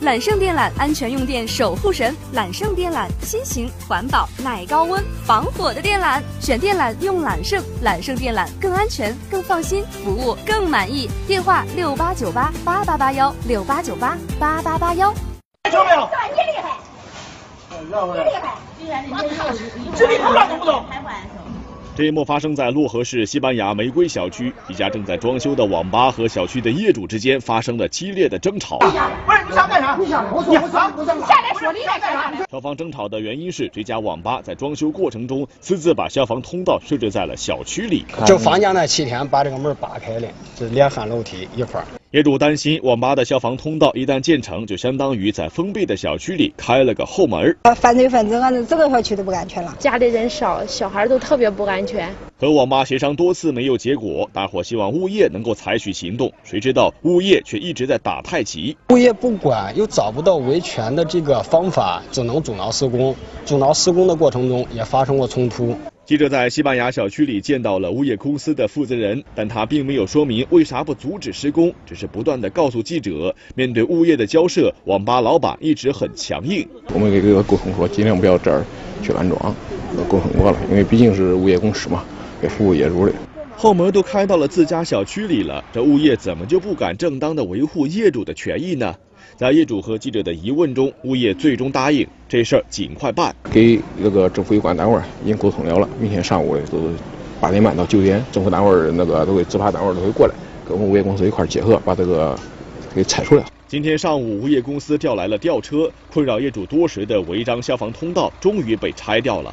揽胜电缆安全用电守护神，揽胜电缆新型环保、耐高温、防火的电缆，选电缆用揽胜，揽胜电缆更安全、更放心，服务更满意。电话六八九八八八八幺六八九八八八八幺。听到没有？哎你厉害，绕回你厉害，这你不干懂不懂？这一幕发生在漯河市西班牙玫瑰小区，一家正在装修的网吧和小区的业主之间发生了激烈的争吵。不是你想干啥？你想我我不想下来说厉害干啥？双方争吵的原因是这家网吧在装修过程中私自把消防通道设置在了小区里。就房价那七天把这个门扒开了，就连喊楼梯一块儿。业主担心网吧的消防通道一旦建成，就相当于在封闭的小区里开了个后门儿。犯罪分子，俺这整个小区都不安全了。家里人少，小孩都特别不安全。和网吧协商多次没有结果，大伙希望物业能够采取行动，谁知道物业却一直在打太极。物业不管，又找不到维权的这个方法，只能阻挠施工。阻挠施工的过程中也发生过冲突。记者在西班牙小区里见到了物业公司的负责人，但他并没有说明为啥不阻止施工，只是不断的告诉记者，面对物业的交涉，网吧老板一直很强硬。我们给他沟通说，尽量不要这儿去安装，呃沟通过了，因为毕竟是物业公司嘛，也服务业主的。后门都开到了自家小区里了，这物业怎么就不敢正当的维护业主的权益呢？在业主和记者的疑问中，物业最终答应这事儿尽快办。给那个政府有关单位已经沟通了了，明天上午都八点半到九点，政府单位那个都会执法单位都会过来，跟我们物业公司一块儿结合，把这个给拆除了。今天上午，物业公司调来了吊车，困扰业主多时的违章消防通道终于被拆掉了。